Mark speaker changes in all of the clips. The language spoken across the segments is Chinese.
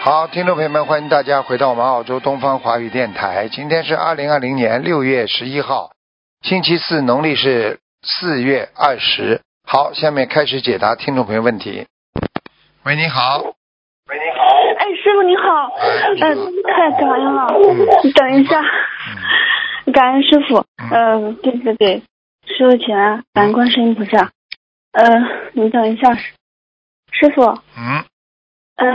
Speaker 1: 好，听众朋友们，欢迎大家回到我们澳洲东方华语电台。今天是二零二零年六月十一号，星期四，农历是四月二十。好，下面开始解答听众朋友问题。喂，你好。喂，你好。
Speaker 2: 哎，师傅你好，
Speaker 1: 哎你
Speaker 2: 嗯、
Speaker 1: 好
Speaker 2: 太感恩了，
Speaker 1: 嗯
Speaker 2: 等一下，感恩师傅，
Speaker 1: 嗯
Speaker 2: 呃，对对对，师傅请安，感恩观世音菩萨，呃，你等一下，师师傅，
Speaker 1: 嗯，
Speaker 2: 呃，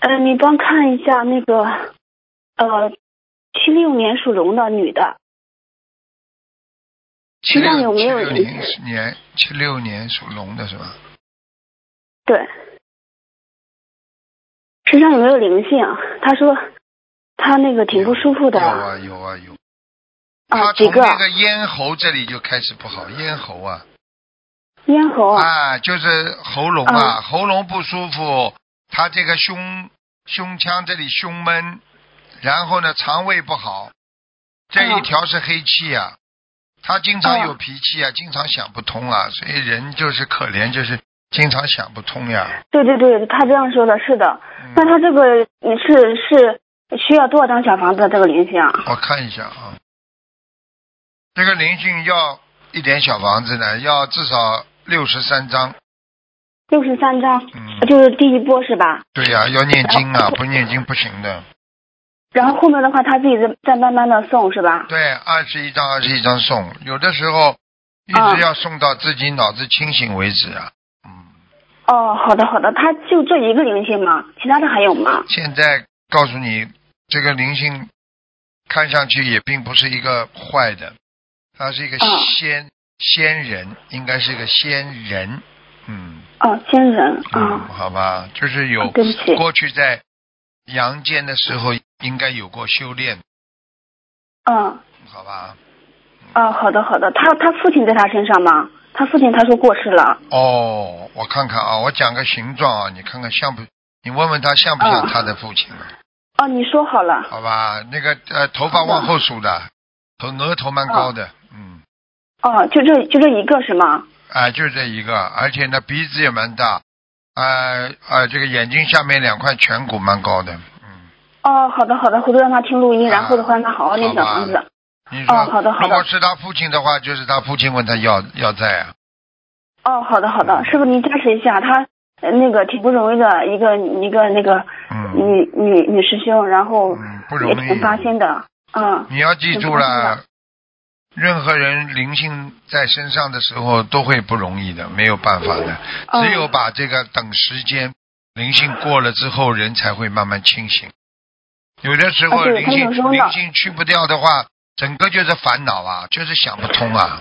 Speaker 2: 呃，你帮看一下那个，呃，七六年属龙的女的，
Speaker 1: 七
Speaker 2: 那
Speaker 1: 六
Speaker 2: 有没
Speaker 1: 七
Speaker 2: 有
Speaker 1: 六年年七六年属龙的是吧？
Speaker 2: 对，身上有没有灵性啊？他说他那个挺不舒服的，
Speaker 1: 有啊有啊有。
Speaker 2: 啊，
Speaker 1: 他
Speaker 2: 几
Speaker 1: 从
Speaker 2: 个
Speaker 1: 那个咽喉这里就开始不好，咽喉啊
Speaker 2: 咽喉
Speaker 1: 啊，就是喉咙啊，喉咙不舒服，他这个胸胸腔这里胸闷，然后呢肠胃不好，这一
Speaker 2: 嗯
Speaker 1: 条是黑气啊。他经常有
Speaker 2: 嗯
Speaker 1: 脾气啊，经常想不通啊，所以人就是可怜，就是经常想不通呀。
Speaker 2: 对对对，他这样说的，是的。
Speaker 1: 嗯
Speaker 2: 那他这个你是是需要多少张小房子？这个灵性啊？
Speaker 1: 我看一下啊，这个灵性要一点小房子呢，要至少六十三张。
Speaker 2: 六十三张，
Speaker 1: 嗯，
Speaker 2: 就是第一波是吧？
Speaker 1: 对呀、要念经啊，不念经不行的。
Speaker 2: 然后后面的话他自己再再慢慢的送是吧？
Speaker 1: 对，二十一张，二十一张送，有的时候一直要送到自己脑子清醒为止啊。嗯，
Speaker 2: 哦，好的好的，他就这一个灵性吗？其他的还有吗？
Speaker 1: 现在告诉你，这个灵性看上去也并不是一个坏的，他是一个
Speaker 2: 嗯
Speaker 1: 仙、仙人，应该是个仙人。嗯。
Speaker 2: 哦，仙人
Speaker 1: 嗯
Speaker 2: 啊、，
Speaker 1: 好吧，就是有、
Speaker 2: 对不起
Speaker 1: 过去在阳间的时候应该有过修炼，
Speaker 2: 嗯
Speaker 1: 好吧？
Speaker 2: 哦，好的好的，他他父亲在他身上吗？他父亲他说过世了，
Speaker 1: 哦，我看看啊，我讲个形状啊，你看看像不？你问问他像不像
Speaker 2: 嗯
Speaker 1: 他的父亲啊？
Speaker 2: 哦，你说好了，
Speaker 1: 好吧，那个呃，头发往后梳的，头额头蛮高
Speaker 2: 啊
Speaker 1: 的，嗯，
Speaker 2: 哦，就这就这一个是吗？
Speaker 1: 啊、就这一个，而且呢，鼻子也蛮大，啊、啊、这个眼睛下面两块颧骨蛮高的，嗯，
Speaker 2: 哦，好的好的，回头让他听录音，然后的话让他好好念
Speaker 1: 啊好
Speaker 2: 小
Speaker 1: 吧
Speaker 2: 房子。
Speaker 1: 你说、
Speaker 2: 哦好的好的
Speaker 1: 如果是他父亲的话，就是他父亲问他要要债啊，
Speaker 2: 哦，好的好的，师傅您加持一下，她呃那个挺不容易的一个一个那个
Speaker 1: 嗯。
Speaker 2: 女女女师兄，然后
Speaker 1: 嗯，不
Speaker 2: 也
Speaker 1: 容
Speaker 2: 挺发
Speaker 1: 易。啊
Speaker 2: 心的，嗯，
Speaker 1: 你要记住
Speaker 2: 挺不
Speaker 1: 了，任何人灵性在身上的时候都会不容易的，没有办法的。
Speaker 2: 嗯
Speaker 1: 只有把这个等时间，灵性过了之后，人才会慢慢清醒。有的时候
Speaker 2: 啊对
Speaker 1: 灵性
Speaker 2: 他有时候呢
Speaker 1: 灵性去不掉的话，整个就是烦恼啊，就是想不通啊。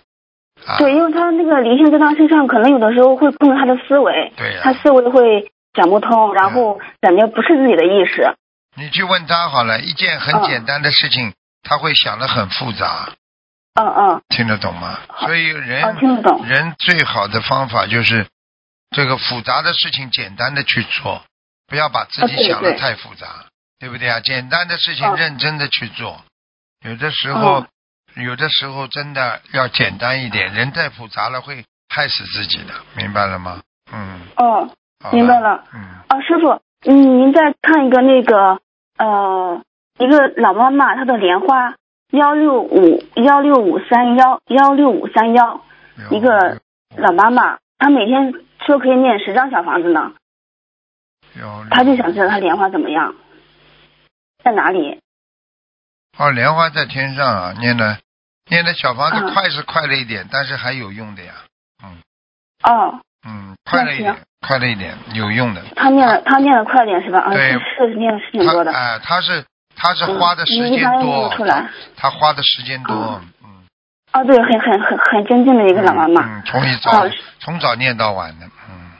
Speaker 1: 啊，
Speaker 2: 对，因为她那个灵性在她身上，可能有的时候会控制她的思维，
Speaker 1: 对啊呀、
Speaker 2: 她思维会想不通，然后感觉不是自己的意识，
Speaker 1: 你去问他好了，一件很
Speaker 2: 嗯
Speaker 1: 简单的事情，他会想得很复杂，
Speaker 2: 嗯嗯，
Speaker 1: 听得懂吗？所以人
Speaker 2: 哦，听得 懂，
Speaker 1: 人最好的方法就是，这个复杂的事情简单的去做，不要把自
Speaker 2: 啊
Speaker 1: 己
Speaker 2: 对
Speaker 1: 想的
Speaker 2: 对
Speaker 1: 太复杂，对不对啊？简单的事情
Speaker 2: 嗯
Speaker 1: 认真的去做，有的时候
Speaker 2: 嗯，
Speaker 1: 有的时候真的要简单一点，人太复杂了会害死自己的，明白了吗？嗯，
Speaker 2: 哦，
Speaker 1: 好
Speaker 2: 明白。了，
Speaker 1: 嗯，
Speaker 2: 哦，师傅，嗯，您再看一个那个呃一个老妈妈她的莲花幺六五幺六五三幺幺六五三幺。
Speaker 1: 有
Speaker 2: 一个老妈妈，她每天说可以念十张小房子呢，
Speaker 1: 有，
Speaker 2: 她就想知道她莲花怎么样，在哪里？
Speaker 1: 哦，莲花在天上啊，念的念的小房子
Speaker 2: 嗯
Speaker 1: 快是快了一点，但是还有用的呀。
Speaker 2: 哦，
Speaker 1: 嗯，快了一点
Speaker 2: 那，
Speaker 1: 快了一点，有用的。
Speaker 2: 她念了，她念的快点是吧？啊，
Speaker 1: 对
Speaker 2: 是是念的是挺
Speaker 1: 他
Speaker 2: 多的。
Speaker 1: 哎、他是他是
Speaker 2: 嗯
Speaker 1: 花的时
Speaker 2: 你一
Speaker 1: 间
Speaker 2: 般
Speaker 1: 多
Speaker 2: 念不出，来。
Speaker 1: 他花的时间多
Speaker 2: 哦，
Speaker 1: 嗯，
Speaker 2: 哦，对，很很很很尊敬的一个老妈妈。
Speaker 1: 嗯，从一早、
Speaker 2: 哦是
Speaker 1: 从早念到晚的，嗯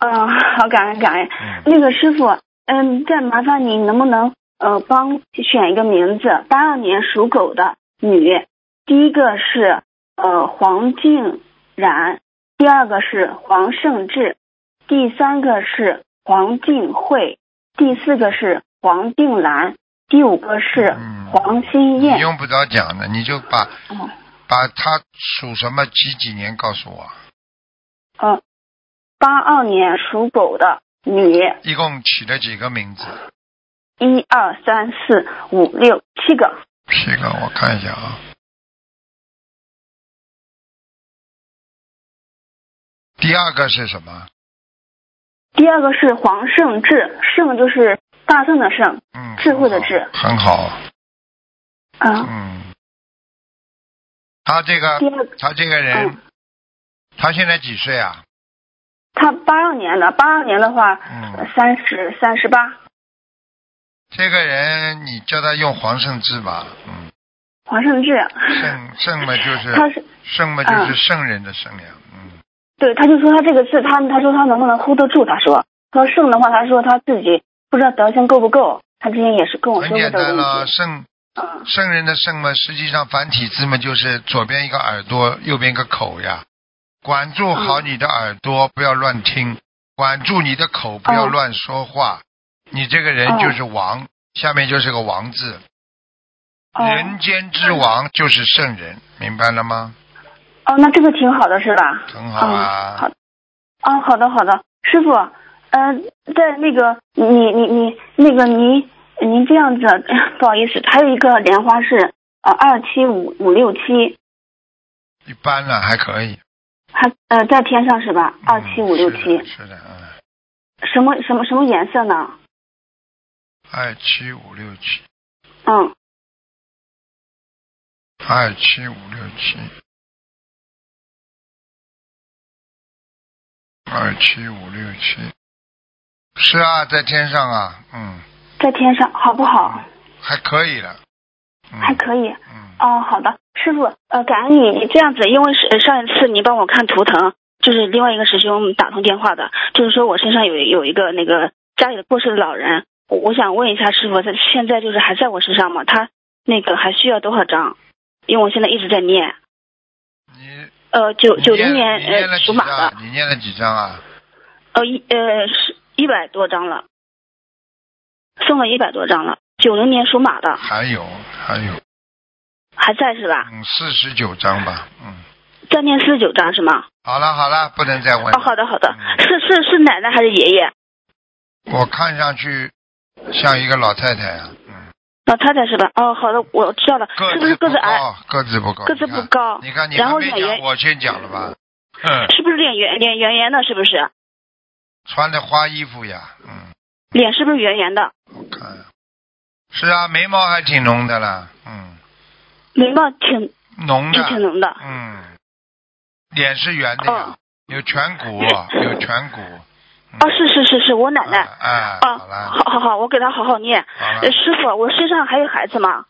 Speaker 2: 嗯，好感恩感恩。
Speaker 1: 嗯，
Speaker 2: 那个师傅，嗯，再麻烦你能不能呃帮选一个名字？八二年属狗的女，第一个是呃黄静冉，第二个是黄胜志，第三个是黄静慧，第四个是黄静兰，第五个是
Speaker 1: 嗯
Speaker 2: 黄心
Speaker 1: 你
Speaker 2: 燕。
Speaker 1: 用不着讲的，你就把
Speaker 2: 哦，
Speaker 1: 把他属什么几几年告诉我，
Speaker 2: 嗯呃，八二年属狗的女，
Speaker 1: 一共起了几个名字？
Speaker 2: 一二三四五六七个。
Speaker 1: 七个，我看一下啊。第二个是什么？
Speaker 2: 第二个是黄圣智，圣就是大圣的圣，
Speaker 1: 嗯，
Speaker 2: 智慧的
Speaker 1: 很好
Speaker 2: 智
Speaker 1: 很好，
Speaker 2: 啊。
Speaker 1: 嗯。他这个
Speaker 2: 第二个
Speaker 1: 他这个人，
Speaker 2: 嗯
Speaker 1: 他现在几岁啊？
Speaker 2: 他八二年的，八二年的话，
Speaker 1: 嗯，
Speaker 2: 三十三十八，
Speaker 1: 这个人你叫他用黄圣志吧，嗯，
Speaker 2: 黄圣志，
Speaker 1: 圣圣嘛就是
Speaker 2: 他是
Speaker 1: 圣嘛就是
Speaker 2: 嗯
Speaker 1: 圣人的圣呀，嗯，
Speaker 2: 对，他就说他这个字，他他说他能不能 hold 得住，他说，他说圣的话，他说他自己不知道德行够不够，他之前也是跟我
Speaker 1: 很
Speaker 2: 说过这
Speaker 1: 简
Speaker 2: 个
Speaker 1: 单
Speaker 2: 问
Speaker 1: 了，
Speaker 2: 题，
Speaker 1: 圣
Speaker 2: 嗯，
Speaker 1: 圣人的圣嘛，实际上繁体字嘛就是左边一个耳朵，右边一个口呀。管住好你的耳朵，不要乱听；管住你的口，不要
Speaker 2: 哦
Speaker 1: 乱说话。你这个人
Speaker 2: 哦
Speaker 1: 就是王，下面就是个王字。
Speaker 2: 哦
Speaker 1: 人间之王就是圣人，明白了吗？
Speaker 2: 哦，那这个挺好的是吧？
Speaker 1: 很好啊。
Speaker 2: 嗯好哦，好的好的，师傅，呃，在那个你你你那个您您这样子，不好意思，还有一个莲花是呃二七五五六七，
Speaker 1: 一般了，还可以。
Speaker 2: 还呃在天上是吧？
Speaker 1: 嗯
Speaker 2: 二七五六
Speaker 1: 是的
Speaker 2: 七，
Speaker 1: 是的，嗯，
Speaker 2: 什么什么什么颜色呢？
Speaker 1: 二七五六七，
Speaker 2: 嗯，
Speaker 1: 二七五六七，二七五六七，是啊，在天上啊，嗯，
Speaker 2: 在天上好不好？
Speaker 1: 还可以了，嗯、
Speaker 2: 还可以。
Speaker 1: 嗯，
Speaker 2: 哦，好的，师傅，呃，感恩你你这样子，因为是呃上一次你帮我看图腾，就是另外一个师兄打通电话的，就是说我身上有有一个那个家里的过世的老人，我我想问一下师傅，他现在就是还在我身上吗？他那个还需要多少张？因为我现在一直在念，
Speaker 1: 你
Speaker 2: 呃，九
Speaker 1: 你
Speaker 2: 九零
Speaker 1: 念
Speaker 2: 年
Speaker 1: 你念了
Speaker 2: 呃
Speaker 1: 几
Speaker 2: 属
Speaker 1: 张
Speaker 2: 马的
Speaker 1: 啊？，你念了几张啊？
Speaker 2: 呃一呃是一百多张了，送了一百多张了，九零年属马的
Speaker 1: 还有还有，
Speaker 2: 还在是吧？
Speaker 1: 嗯，四十九张吧，嗯，
Speaker 2: 再念四十九张是吗？
Speaker 1: 好了好了，不能再问
Speaker 2: 哦，
Speaker 1: 了。
Speaker 2: 好的好的
Speaker 1: 嗯，
Speaker 2: 是是是奶奶还是爷爷？
Speaker 1: 我看上去像一个老太太啊，嗯，
Speaker 2: 老太太是吧？哦，好的，我知道了，
Speaker 1: 个
Speaker 2: 是不是个
Speaker 1: 子
Speaker 2: 子
Speaker 1: 不
Speaker 2: 矮，
Speaker 1: 高，个子不高，
Speaker 2: 个子
Speaker 1: 你
Speaker 2: 不
Speaker 1: 看
Speaker 2: 高，
Speaker 1: 你看，你
Speaker 2: 然
Speaker 1: 还
Speaker 2: 后
Speaker 1: 没
Speaker 2: 脸
Speaker 1: 讲，
Speaker 2: 圆，
Speaker 1: 我先讲了吧。嗯，
Speaker 2: 是不是脸圆脸圆圆的？是不是
Speaker 1: 穿的花衣服呀，嗯，
Speaker 2: 脸是不是圆圆的？
Speaker 1: 我看，是啊，眉毛还挺浓的啦，嗯，
Speaker 2: 眉毛挺
Speaker 1: 浓
Speaker 2: 挺挺
Speaker 1: 的，
Speaker 2: 浓的。
Speaker 1: 啊嗯，脸是圆的呀
Speaker 2: 哦，
Speaker 1: 有颧 骨，有颧骨。嗯
Speaker 2: 哦，是是是是，我奶奶。
Speaker 1: 哎，哎
Speaker 2: 啊，
Speaker 1: 好了，啊
Speaker 2: 好好好，我给她好好念。
Speaker 1: 好了
Speaker 2: 呃，，师傅，我身上还有孩子吗？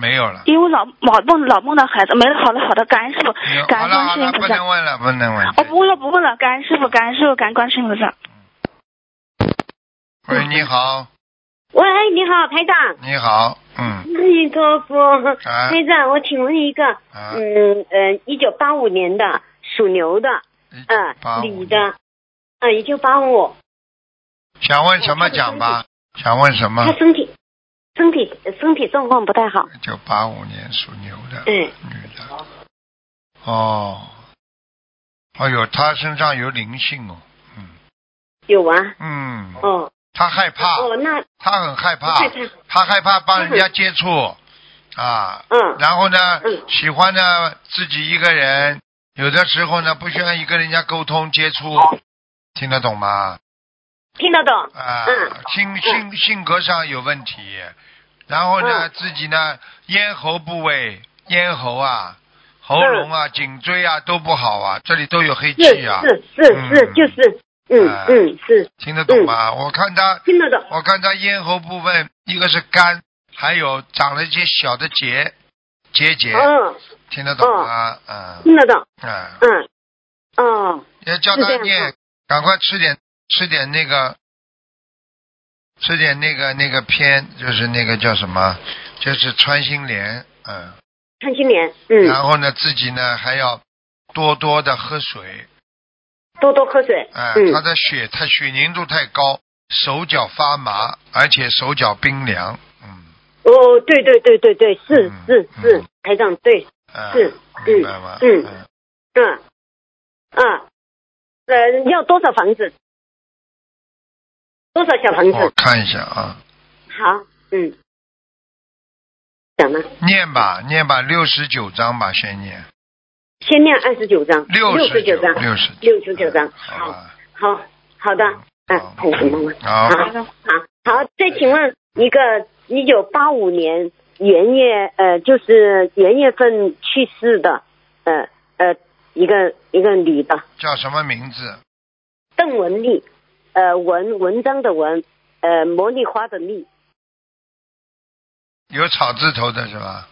Speaker 1: 没有了，
Speaker 2: 因为我老老梦老梦到孩子，没了。好了好的，感恩师傅，
Speaker 1: 没有
Speaker 2: 感
Speaker 1: 好
Speaker 2: 恩
Speaker 1: 了好
Speaker 2: 观世音
Speaker 1: 了，
Speaker 2: 菩
Speaker 1: 不
Speaker 2: 萨。
Speaker 1: 能问了，不能问了。
Speaker 2: 哦，不问了不问了，感恩师傅，感恩师傅，感恩观世音菩萨。
Speaker 1: 喂，你好，
Speaker 3: 喂，你好，台长。
Speaker 1: 你好，嗯，
Speaker 3: 阿弥陀佛，
Speaker 1: 啊
Speaker 3: 台长，我请问一个，
Speaker 1: 啊，
Speaker 3: 嗯嗯，一九八五年的属牛的，
Speaker 1: 一九
Speaker 3: 嗯、
Speaker 1: 八五
Speaker 3: 女的，嗯，一九八五，
Speaker 1: 想问什么讲吧？想问什么
Speaker 3: 她？身体身体身体状况不太好，
Speaker 1: 一九八五年属牛的，
Speaker 3: 嗯，
Speaker 1: 女的。哦，哎呦，她身上有灵性哦，嗯
Speaker 3: 有啊，
Speaker 1: 嗯，
Speaker 3: 哦
Speaker 1: 她害怕，
Speaker 3: 哦，那
Speaker 1: 她很害怕，
Speaker 3: 害怕，
Speaker 1: 她害怕帮人家接触啊，
Speaker 3: 嗯
Speaker 1: 然后呢，
Speaker 3: 嗯
Speaker 1: 喜欢呢自己一个人，有的时候呢不愿意跟人家沟通接触，
Speaker 3: 哦
Speaker 1: 听得懂吗？
Speaker 3: 听得懂，
Speaker 1: 啊，
Speaker 3: 嗯
Speaker 1: 性性性格上有问题，然后呢，
Speaker 3: 嗯
Speaker 1: 自己呢咽喉部位、咽喉啊、喉咙啊、颈椎啊都不好啊，这里都有黑
Speaker 3: 是
Speaker 1: 气啊，
Speaker 3: 嗯是是是
Speaker 1: 嗯，
Speaker 3: 就是，嗯
Speaker 1: 哎
Speaker 3: 嗯是，
Speaker 1: 听得懂吗？我看他，
Speaker 3: 听得懂，
Speaker 1: 我看他咽喉部分，一个是干，还有长了一些小的结结节，
Speaker 3: 嗯，
Speaker 1: 听得懂吗？嗯
Speaker 3: 听得懂，
Speaker 1: 嗯，
Speaker 3: 嗯，哦，
Speaker 1: 要叫
Speaker 3: 是这
Speaker 1: 他
Speaker 3: 样
Speaker 1: 念
Speaker 3: 嗯，
Speaker 1: 赶快吃点吃点那个，吃点那个那个片，就是那个叫什么，就是穿心莲，嗯，
Speaker 3: 看心莲，嗯，
Speaker 1: 然后呢自己呢还要多多的喝水，
Speaker 3: 多多喝水，
Speaker 1: 哎、
Speaker 3: 嗯
Speaker 1: 他的血他血凝度太高，手脚发麻，而且手脚冰凉，嗯，
Speaker 3: 哦，对对对对对，是
Speaker 1: 嗯
Speaker 3: 是是
Speaker 1: 嗯，
Speaker 3: 台长对，
Speaker 1: 哎
Speaker 3: 是
Speaker 1: 明白吗？
Speaker 3: 嗯嗯嗯，呃，要多少房子？多少小房子
Speaker 1: 我？看一下啊，
Speaker 3: 好，嗯，讲呢，
Speaker 1: 念吧念吧，六十九章吧，先念
Speaker 3: 先念二十九章，
Speaker 1: 六
Speaker 3: 十九章，
Speaker 1: 六十
Speaker 3: 六十九章，
Speaker 1: 好
Speaker 3: 好，
Speaker 1: 吧，
Speaker 3: 好，好的，嗯，看什么了？
Speaker 1: 好
Speaker 3: 好，好，好，再请问一个一九八五年元月呃，就是元月份去世的呃呃一个一个女的
Speaker 1: 叫什么名字？
Speaker 3: 邓文丽，呃文文章的文，呃茉莉花的莉，
Speaker 1: 有草字头的是吧？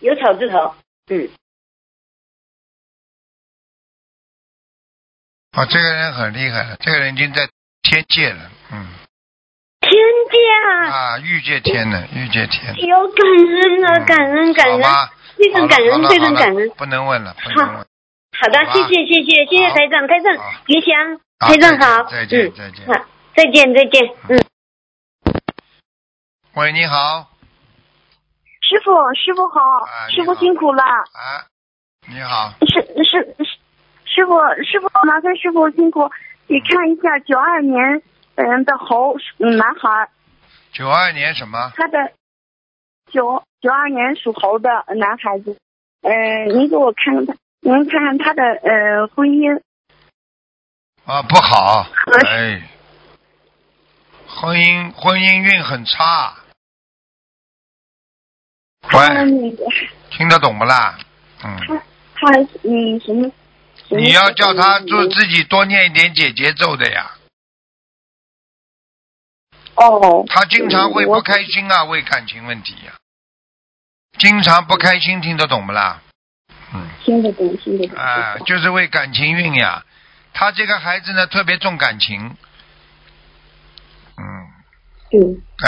Speaker 3: 有草字头，嗯，
Speaker 1: 啊，这个人很厉害了，这个人已经在天界了，嗯，
Speaker 3: 天界啊，
Speaker 1: 啊，欲界天了，欲界天。嗯
Speaker 3: 有感恩啊，感恩感
Speaker 1: 好
Speaker 3: 恩，
Speaker 1: 吧，
Speaker 3: 非常感
Speaker 1: 好
Speaker 3: 恩
Speaker 1: 了
Speaker 3: 非常感，
Speaker 1: 好了
Speaker 3: 恩
Speaker 1: 好了。不能问了，不能问了。
Speaker 3: 好的
Speaker 1: 好，吧啊
Speaker 3: 谢谢谢谢谢谢
Speaker 1: 好
Speaker 3: 台长，台长
Speaker 1: 好
Speaker 3: 吉祥，
Speaker 1: 好
Speaker 3: 台长
Speaker 1: 啊再见
Speaker 3: 好，
Speaker 1: 再见
Speaker 3: 嗯
Speaker 1: 再见
Speaker 3: 好再见再见，嗯，
Speaker 1: 喂，你好，
Speaker 2: 师傅，师傅好
Speaker 1: 啊，
Speaker 2: 师
Speaker 1: 你好
Speaker 2: 傅辛苦了。
Speaker 1: 啊，你好，
Speaker 2: 是是是，师傅师傅麻烦师傅辛苦，你看一下九二年嗯的猴嗯男孩，
Speaker 1: 九二年什么？
Speaker 2: 他的九九二年属猴的呃男孩子，嗯，您给我看看他，您看看他的呃婚姻
Speaker 1: 啊，不好
Speaker 2: 合，适
Speaker 1: 哎，婚姻婚姻运很差。喂，
Speaker 2: 嗯，
Speaker 1: 听得懂不啦？嗯，
Speaker 2: 他嗯什么？什么
Speaker 1: 你要叫他
Speaker 2: 嗯
Speaker 1: 做自己多念一点解节奏的呀。
Speaker 2: 哦，
Speaker 1: 他经常会
Speaker 2: 嗯我
Speaker 1: 不开心啊，为感情问题呀、经常不开心，听得懂不啦？嗯，
Speaker 2: 听得懂，听得懂。
Speaker 1: 啊、就是为感情运呀。他这个孩子呢，特别重感情。嗯，
Speaker 2: 对，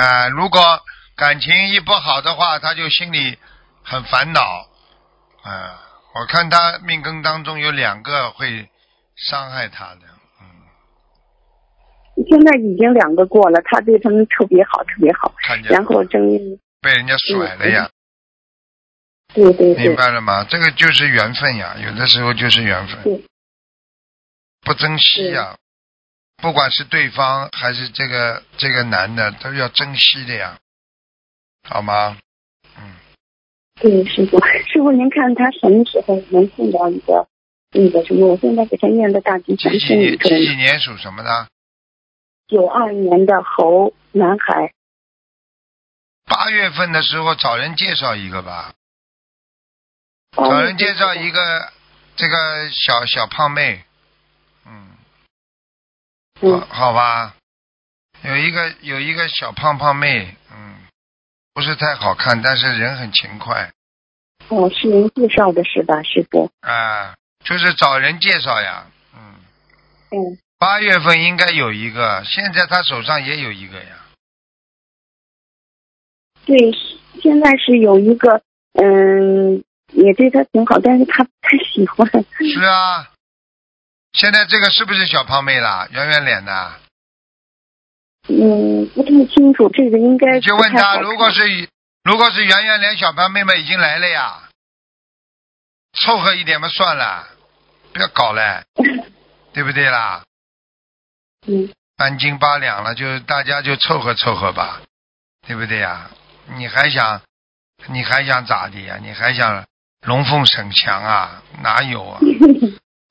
Speaker 1: 啊、如果感情一不好的话，他就心里很烦恼。啊、我看他命根当中有两个会伤害他的。嗯，
Speaker 2: 现在已经两个过了，他对他们特别好，特别好。
Speaker 1: 看见
Speaker 2: 然后正
Speaker 1: 被人家甩了呀。
Speaker 2: 对嗯对
Speaker 1: 明
Speaker 2: 对，
Speaker 1: 白了吗？这个就是缘分呀，有的时候就是缘分
Speaker 2: 对，
Speaker 1: 不珍惜呀。不管是对方还是这个这个男的，都要珍惜的呀，好吗？嗯，
Speaker 2: 对师傅， 师傅您看他什么时候能碰到一个那个什么？我现在给他念的大吉祥
Speaker 1: 几几
Speaker 2: 天女
Speaker 1: 年
Speaker 2: 咒，
Speaker 1: 几几年属什么的？
Speaker 2: 九二年的猴男孩，
Speaker 1: 八月份的时候找人介绍一个吧，
Speaker 2: 哦
Speaker 1: 找人介绍一个这个小小胖妹，嗯，好
Speaker 2: 嗯，
Speaker 1: 好吧，有一个有一个小胖胖妹，嗯，不是太好看，但是人很勤快
Speaker 2: 哦，是您介绍的是吧，师傅？
Speaker 1: 啊、就是找人介绍呀，嗯，
Speaker 2: 嗯，
Speaker 1: 八月份应该有一个，现在他手上也有一个呀，
Speaker 2: 对，现在是有一个嗯，也对他挺好，但是他不太喜欢。
Speaker 1: 是啊，现在这个是不是小胖妹啦？圆圆脸的，
Speaker 2: 嗯，不太清楚，这个应该
Speaker 1: 你就问
Speaker 2: 哎不太好
Speaker 1: 他，
Speaker 2: 看
Speaker 1: 如果是如果是圆圆脸小胖妹妹已经来了呀，凑合一点嘛算了，不要搞了，对不对啦？
Speaker 2: 嗯，
Speaker 1: 半斤八两了，就大家就凑合凑合吧，对不对呀？你还想，你还想咋的呀？你还想龙凤呈祥啊？哪有啊？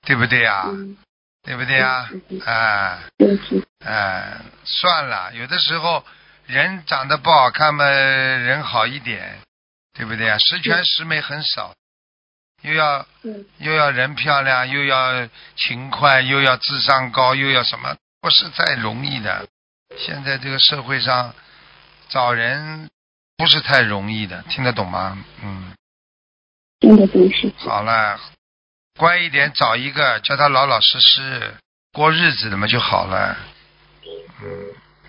Speaker 1: 对不对呀？
Speaker 2: 嗯
Speaker 1: 对不啊对呀？哎
Speaker 2: 对是
Speaker 1: 哎，算了，有的时候人长得不好看嘛，人好一点，对不对呀？十全十美很少，又要
Speaker 2: 嗯
Speaker 1: 又要人漂亮，又要勤快，又要智商高，又要什么，不是太容易的。现在这个社会上找人不是太容易的，听得懂吗？嗯，
Speaker 2: 听得懂是
Speaker 1: 好了，乖一点，找一个，叫他老老实实过日子的嘛就好了。嗯，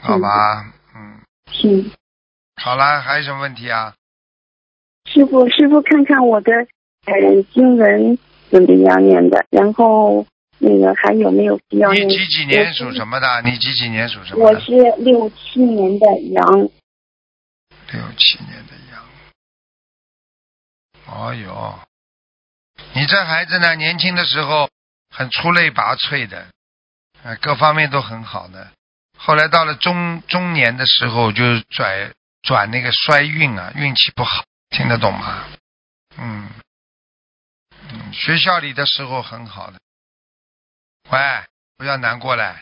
Speaker 1: 好吧，嗯，
Speaker 2: 听。
Speaker 1: 好了，还有什么问题啊？
Speaker 2: 师傅，师傅看看我的呃经文怎么样念的，然后那个还有没有必要
Speaker 1: 你
Speaker 2: 念？
Speaker 1: 几几年属什么的？你几几年属什么
Speaker 2: 我
Speaker 1: 的？
Speaker 2: 是六七年的羊，
Speaker 1: 六七年的羊。哦哟，你这孩子呢，年哎轻的时候很出类拔萃的，呃，各方面都很好的，后来到了中中年的时候，就转转那个衰运啊，运气不好，听得懂吗？嗯，嗯，学校里的时候很好的。喂，不要难过嘞，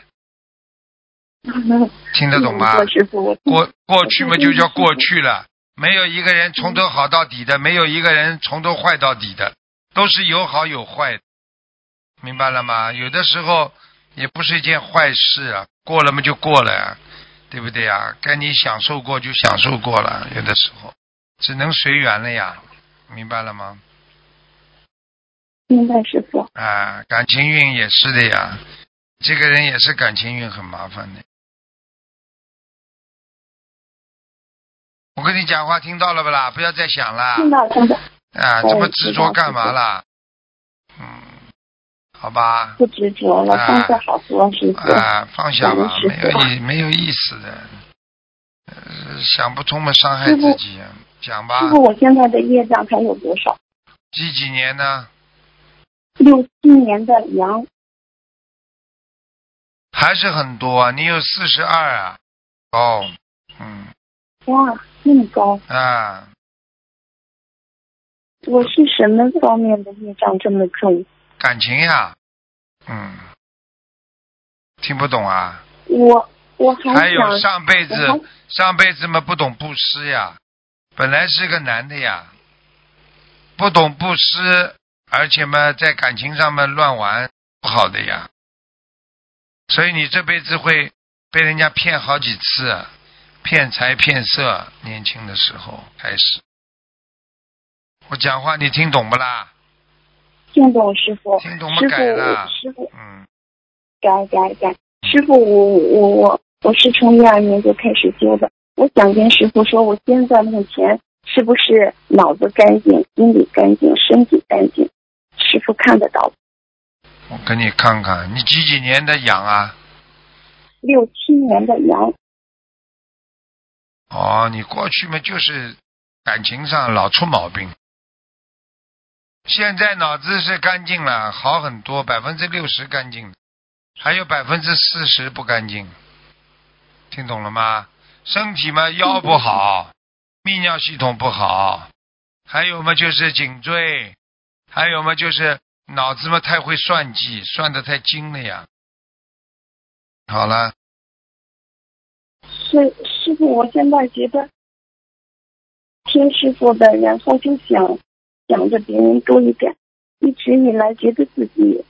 Speaker 1: 听得懂吗？
Speaker 2: 我师傅，我
Speaker 1: 过过去嘛就叫过去了，没有一个人从头好到底的，没有一个人从头坏到底的，都是有好有坏的，明白了吗？有的时候也不是一件坏事啊，过了嘛就过了呀、对不对呀、该你享受过就享受过了，有的时候只能随缘了呀，明白了吗？
Speaker 2: 明白师傅，
Speaker 1: 啊，感情运也是的呀，这个人也是感情运很麻烦的。我跟你讲话听到了不啦？不要再想啦，
Speaker 2: 听到听到，
Speaker 1: 啊，
Speaker 2: 哦
Speaker 1: 这么执着干嘛啦？嗯，好吧，
Speaker 2: 不执着了，
Speaker 1: 啊
Speaker 2: 放下好多师傅。
Speaker 1: 啊，放下吧，
Speaker 2: 我
Speaker 1: 没
Speaker 2: 嗯们是
Speaker 1: 有意没有意思的，呃，想不通嘛，伤害自己。啊讲吧
Speaker 2: 师，傅，我现在的业障还有多少？
Speaker 1: 几几年呢？
Speaker 2: 六七年的羊，
Speaker 1: 还是很多啊，你有四十二啊，哦，嗯
Speaker 2: 哇，那么高！
Speaker 1: 啊，
Speaker 2: 我是什么方面的业障这么重？
Speaker 1: 感情呀、嗯，听不懂啊？
Speaker 2: 我我还
Speaker 1: 还
Speaker 2: 想
Speaker 1: 有上辈
Speaker 2: 我
Speaker 1: 子，上辈子嘛不懂布施呀，本来是个男的呀，不懂布施，而且嘛在感情上嘛乱玩，不好的呀。所以你这辈子会被人家骗好几次啊，骗财骗色，年轻的时候开始。我讲话你听懂不啦？
Speaker 2: 听懂师傅，
Speaker 1: 听懂嘛
Speaker 2: 师傅
Speaker 1: 改了，
Speaker 2: 师傅
Speaker 1: 嗯。
Speaker 2: 改改改，师傅我我我我是从一二年就开始修的，我想跟师傅说，我现在目前是不是脑子干净、心里干净、身体干净？师傅看得到，
Speaker 1: 我给你看看，你几几年的羊啊？
Speaker 2: 六七年的羊，
Speaker 1: 哦，你过去嘛就是感情上老出毛病，现在脑子是干净了，好很多，百分之六十干净，还有百分之四十不干净，听懂了吗？身体嘛腰不好，泌尿系统不好，还有嘛就是颈椎，还有嘛就是脑子嘛太会算计，算的太精了呀。好了。
Speaker 2: 师师傅，我现在觉得听师傅的，然后就想想着别人多一点。一直以来觉得自己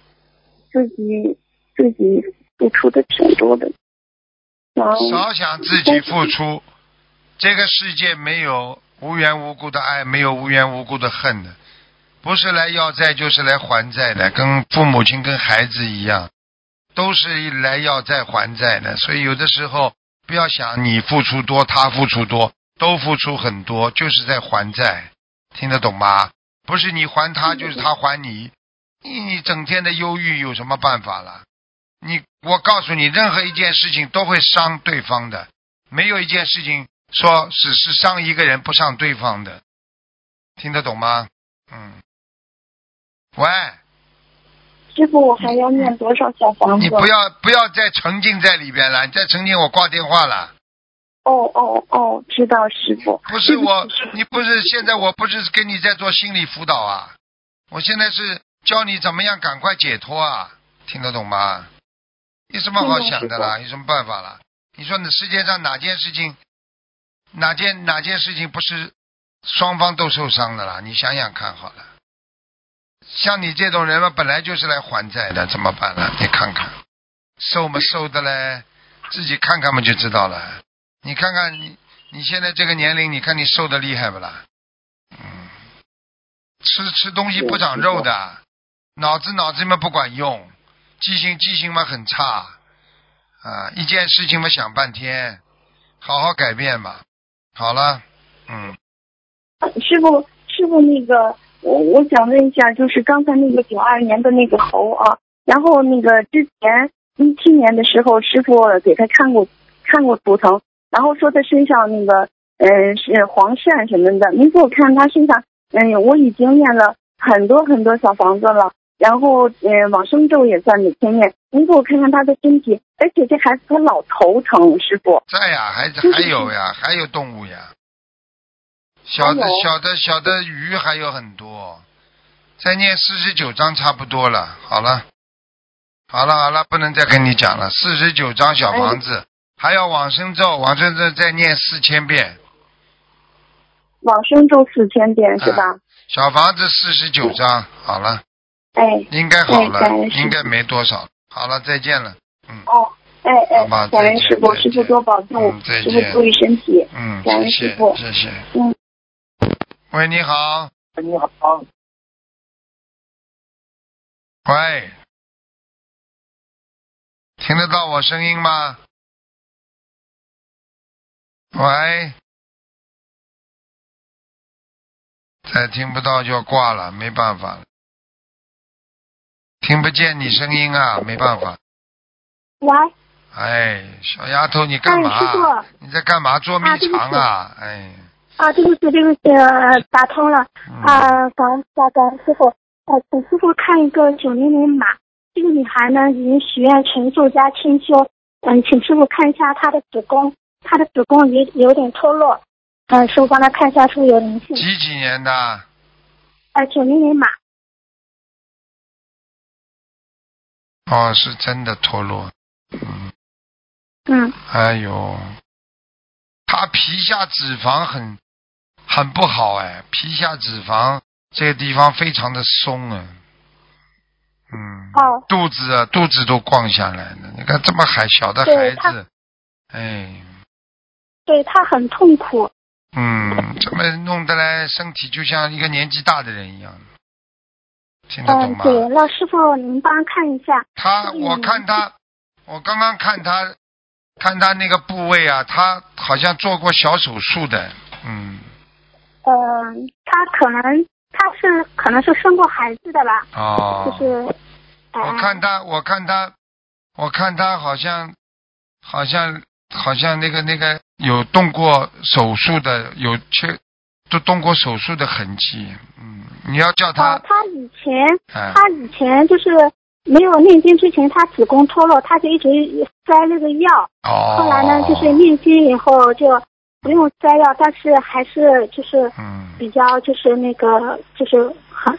Speaker 2: 自己自己付出的挺多的，然后
Speaker 1: 少想自己付出。这个世界没有无缘无故的爱，没有无缘无故的恨的，不是来要债就是来还债的，跟父母亲跟孩子一样，都是来要债还债的。所以有的时候不要想你付出多，他付出多，都付出很多，就是在还债，听得懂吗？不是你还他，就是他还你。你你整天的忧郁有什么办法啦？你我告诉你，任何一件事情都会伤对方的，没有一件事情说只是伤一个人不伤对方的，听得懂吗？嗯。喂，
Speaker 2: 师傅我还要念多少小房
Speaker 1: 你
Speaker 2: 子？
Speaker 1: 不要不要再沉浸在里边了，你再沉浸我挂电话了。
Speaker 2: 哦哦哦，知道师傅，
Speaker 1: 不是我
Speaker 2: 对不起师，
Speaker 1: 你不是现在我不是跟你在做心理辅导啊，我现在是教你怎么样赶快解脱啊，听得懂吗？有什么好想的啦？有什么办法啦？你说你世界上哪件事情，哪件哪件事情不是双方都受伤的啦？你想想看好了。像你这种人嘛，本来就是来还债的，怎么办呢？你看看，受嘛受的嘞，自己看看嘛就知道了。你看看你你现在这个年龄，你看你瘦的厉害不啦？嗯，吃吃东西不长肉的，脑子脑子嘛不管用，记性记性嘛很差，啊，一件事情嘛想半天，好好改变吧。好了，嗯，
Speaker 2: 傅师傅师傅那个我我想问一下，就是刚才那个九二年的那个猴啊，然后那个之前一七年的时候，师傅给他看过看过图腾，然后说他身上那个嗯是黄哎鳝什么的，您给我看他身上，嗯，我已经念了很多很多小房子了，
Speaker 4: 然后呃往生咒也算每天念。您给我看看他的身体，而且这孩子他老头疼，师傅。
Speaker 1: 在呀，还还有呀，还有动物呀，小的
Speaker 4: 还有
Speaker 1: 小的小的鱼还有很多，再念四十九章差不多了，好了，好了好了，不能再跟你讲了，四十九章
Speaker 4: 哎
Speaker 1: 小房子，还要往生咒，往生咒再念四千遍，
Speaker 4: 往生咒四千遍是吧？
Speaker 1: 小房子四十
Speaker 4: 嗯
Speaker 1: 九章，好了，
Speaker 4: 哎，
Speaker 1: 应该好
Speaker 4: 哎感
Speaker 1: 了，
Speaker 4: 恩师父
Speaker 1: 应该没多少了，好了，再见了，嗯
Speaker 4: 哦，哎
Speaker 1: 好吧
Speaker 4: 哎，感恩
Speaker 1: 再见
Speaker 4: 师傅，
Speaker 1: 再
Speaker 4: 师
Speaker 1: 见
Speaker 4: 傅多保重，
Speaker 1: 嗯再
Speaker 4: 师
Speaker 1: 见
Speaker 4: 傅注意身体。
Speaker 1: 嗯，
Speaker 4: 感
Speaker 1: 谢
Speaker 4: 恩
Speaker 1: 谢
Speaker 4: 师父
Speaker 1: 谢谢，
Speaker 4: 嗯，
Speaker 1: 喂，你好，
Speaker 5: 你好，
Speaker 1: 喂，听得到我声音吗？喂，再听不到就要挂了，没办法了。听不见你声音啊，没办法。
Speaker 2: 喂，
Speaker 1: 哎，小丫头，你干嘛？
Speaker 2: 哎师傅
Speaker 1: 你在干嘛？捉迷
Speaker 2: 啊对不
Speaker 1: 藏啊？哎，
Speaker 2: 啊，对不起，对不起，呃打通了
Speaker 1: 嗯、
Speaker 2: 啊，感恩大感恩师傅，呃，请师傅看一个九零零马，这个女孩呢已经许愿成就加清修，嗯，请师傅看一下她的子宫，她的子宫也有点脱落，嗯，师傅帮她看一下是不是有灵性，
Speaker 1: 几几年的？
Speaker 2: 呃，九零零马，
Speaker 1: 哦，是真的脱落。嗯。
Speaker 2: 嗯，
Speaker 1: 哎呦，他皮下脂肪很很不好哎，皮下脂肪这个地方非常的松啊，嗯，
Speaker 2: 哦
Speaker 1: 肚子啊肚子都逛下来了，你看这么还小的
Speaker 2: 对
Speaker 1: 孩
Speaker 2: 他
Speaker 1: 子，哎，
Speaker 2: 对她很痛苦，
Speaker 1: 嗯，这么弄得来身体就像一个年纪大的人一样，听得懂
Speaker 2: 嗯，
Speaker 1: 吗？
Speaker 2: 对，那师傅您帮她看一下，
Speaker 1: 他，
Speaker 2: 嗯
Speaker 1: 我看他，我刚刚看他，看他那个部位啊，他好像做过小手术的，嗯，
Speaker 2: 呃，她可能她是可能是生过孩子的吧，
Speaker 1: 哦，
Speaker 2: 就是，呃
Speaker 1: 我看他，我看他，我看他好像，好像，好像那个那个有动过手术的，有切，都动过手术的痕迹，嗯，你要叫他
Speaker 2: 哦，，她以前
Speaker 1: 哎，
Speaker 2: 她以前就是没有念经之前，她子宫脱落，她就一直塞那个药。
Speaker 1: 哦，
Speaker 2: 后来呢，就是念经以后就不用塞药，但是还是就是
Speaker 1: 嗯，
Speaker 2: 比较就是那个就是很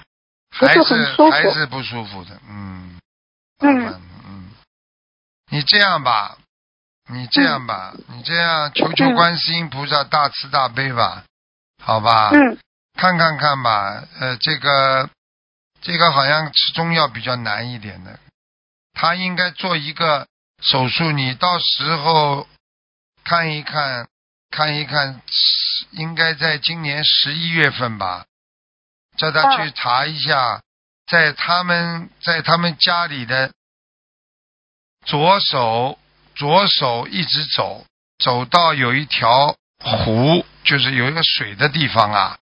Speaker 2: 不
Speaker 1: 还
Speaker 2: 是很舒服
Speaker 1: 还是不舒服的，嗯，
Speaker 2: 嗯
Speaker 1: 麻烦嗯，你这样吧，你这样吧，你这样求求
Speaker 2: 嗯
Speaker 1: 观世音菩萨大慈大悲吧，好吧，
Speaker 2: 嗯
Speaker 1: 看看看吧，呃，这个这个好像吃中药比较难一点的，他应该做一个手术，你到时候看一看，看一看，应该在今年十一月份吧，叫他去查一下，在他们在他们家里的左手左手一直走，走到有一条湖，就是有一个水的地方啊，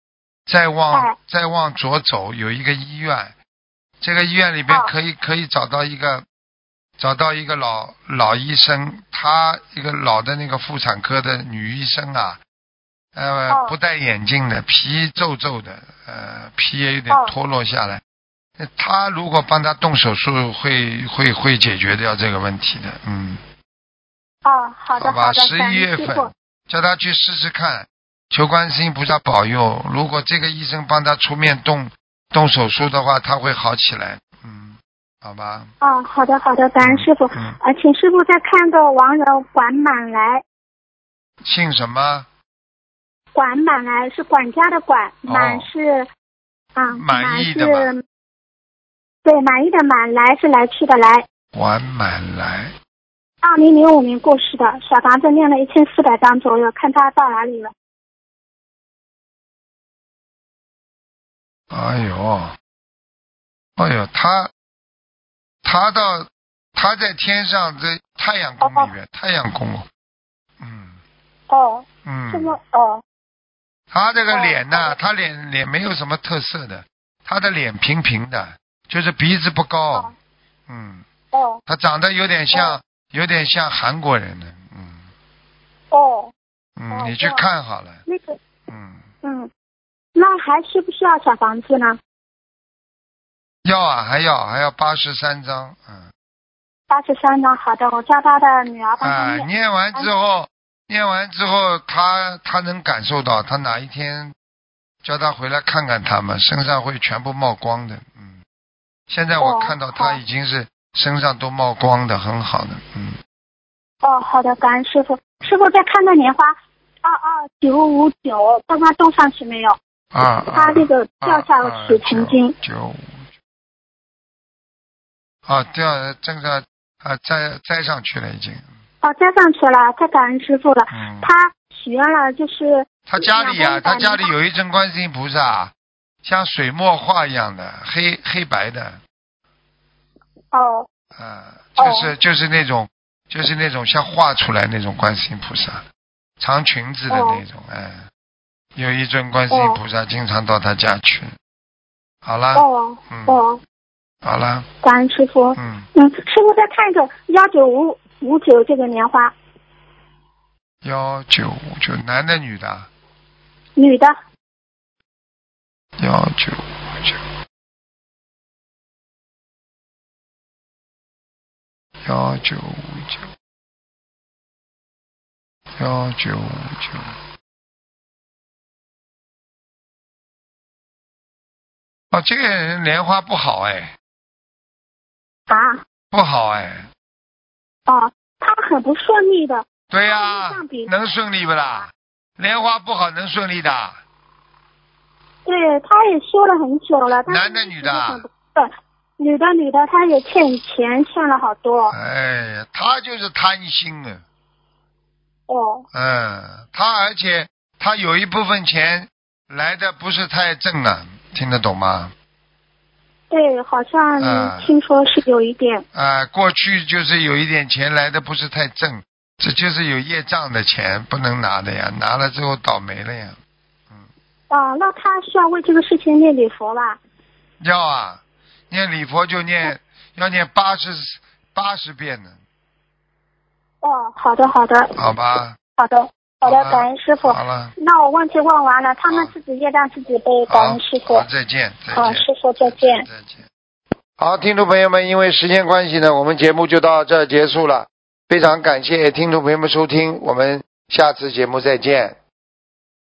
Speaker 1: 再往
Speaker 2: 哎
Speaker 1: 再往左走有一个医院，这个医院里边
Speaker 2: 哦
Speaker 1: 可以可以找到一个找到一个老老医生，她一个老的那个妇产科的女医生啊，呃，
Speaker 2: 哦
Speaker 1: 不戴眼镜的，皮皱皱的，呃，皮也有点
Speaker 2: 哦
Speaker 1: 脱落下来。那她如果帮她动手术，会会会解决掉这个问题的，嗯。
Speaker 2: 哦，好的
Speaker 1: 吧，
Speaker 2: 的，
Speaker 1: 十
Speaker 2: 感
Speaker 1: 一月
Speaker 2: 恩师
Speaker 1: 份
Speaker 2: 傅。
Speaker 1: 叫他去试试看，求观世音菩萨保佑。如果这个医生帮他出面动动手术的话，他会好起来。嗯，好吧，
Speaker 2: 哦，好的好的，感恩师傅。
Speaker 1: 嗯，
Speaker 2: 呃，请师傅再看个网友管满来，
Speaker 1: 姓什么？
Speaker 2: 管满来是管家的管，
Speaker 1: 哦
Speaker 2: 满是啊，
Speaker 1: 满意的
Speaker 2: 满是对满意的满，来是来去的来。
Speaker 1: 晚满来。
Speaker 2: 二零零五年过世的小房子念了一千四百张左右，看他到哪里了。
Speaker 1: 哎呦，哎呦，他他到他在天上在太阳宫里面，太阳宫哦。嗯
Speaker 2: 哦，
Speaker 1: 嗯。
Speaker 2: 这么哦
Speaker 1: 他这个
Speaker 2: 哦
Speaker 1: 脸呐、
Speaker 2: 好的
Speaker 1: 他脸脸没有什么特色的，他的脸平平的，就是鼻子不高，
Speaker 2: 哦
Speaker 1: 嗯，
Speaker 2: 哦
Speaker 1: 他长得有点像，有点像韩国人呢，嗯
Speaker 2: 哦，
Speaker 1: 嗯，
Speaker 2: 哦
Speaker 1: 你
Speaker 2: 这
Speaker 1: 去
Speaker 2: 样
Speaker 1: 看好了，
Speaker 2: 那个
Speaker 1: 嗯，
Speaker 2: 嗯，那还需不需要小房子呢？
Speaker 1: 要啊，还要还要八十三章，嗯，
Speaker 2: 八十三张，好的，我叫他的女儿帮
Speaker 1: 啊
Speaker 2: 他，念。
Speaker 1: 念完之后，念完之后，他他能感受到，他哪一天叫他回来看看他们，身上会全部冒光的，嗯，现在我
Speaker 2: 哦
Speaker 1: 看到他
Speaker 2: 好
Speaker 1: 已经是身上都冒光的，很好的，嗯，
Speaker 2: 哦，好的，感恩师傅。师傅再看看莲花，二二九五九，看他种上去没有？
Speaker 1: 啊，
Speaker 2: 他这个掉下了水曾经。
Speaker 1: 九五啊，掉正在啊栽栽上去了已经，
Speaker 2: 哦，加上去了，太感恩师傅了。
Speaker 1: 嗯，
Speaker 2: 他许愿了，就是
Speaker 1: 他家里呀、
Speaker 2: 两
Speaker 1: 他
Speaker 2: 边
Speaker 1: 家里
Speaker 2: 白
Speaker 1: 有一尊观世音菩萨，像水墨画一样的，黑黑白的，
Speaker 2: 哦
Speaker 1: 啊，就是、就是那种就是那种像画出来那种观世音菩萨，长裙子的那种，哎、有一尊观世音菩萨经常到他家去。好啦，
Speaker 2: 哦
Speaker 1: 嗯，
Speaker 2: 哦，
Speaker 1: 好啦，
Speaker 2: 感恩师傅。
Speaker 1: 嗯，
Speaker 2: 嗯，师傅再看一个幺九五五九这个莲花，
Speaker 1: 幺九五九，男的女的啊？
Speaker 2: 女的，
Speaker 1: 幺九五九，幺九五九，幺九五九，哦，这个人莲花不好哎，
Speaker 2: 啊，
Speaker 1: 不好哎，
Speaker 2: 哦，她很不顺利的，
Speaker 1: 对呀、
Speaker 2: 那你这样比
Speaker 1: 能顺利不啦？莲花不好能顺利的，
Speaker 2: 对，她也修了很久了，但是
Speaker 1: 男的女的啊
Speaker 2: 一直很不顺女的女的，她也欠钱欠了好多，
Speaker 1: 哎呀，他就是贪心啊。
Speaker 2: 哦
Speaker 1: 嗯，他而且他有一部分钱来的不是太正了，听得懂吗？
Speaker 2: 对，好像
Speaker 1: 嗯
Speaker 2: 听说是有一点，
Speaker 1: 啊、过去就是有一点钱来的不是太正，这就是有业障的钱不能拿的呀，拿了之后倒霉了呀。
Speaker 2: 哦，那她需要为这个事情念礼佛吧？
Speaker 1: 要啊，念礼佛就
Speaker 2: 嗯
Speaker 1: 念，要念八十八十遍呢，
Speaker 2: 哦，好的好的
Speaker 1: 好吧？
Speaker 2: 好的好
Speaker 1: 好，
Speaker 2: 的
Speaker 1: 吧啊
Speaker 2: 感恩师傅。
Speaker 1: 好了，
Speaker 2: 那我问题问完了，他们
Speaker 1: 好
Speaker 2: 自己业障自己背，感
Speaker 1: 好
Speaker 2: 恩师，傅
Speaker 1: 好，。再见，再
Speaker 2: 好，
Speaker 1: 见。
Speaker 2: 师傅再见。
Speaker 1: 再见。好，听众朋友们，因为时间关系呢，我们节目就到这儿结束了。非常感谢听众朋友们收听，我们下次节目再见。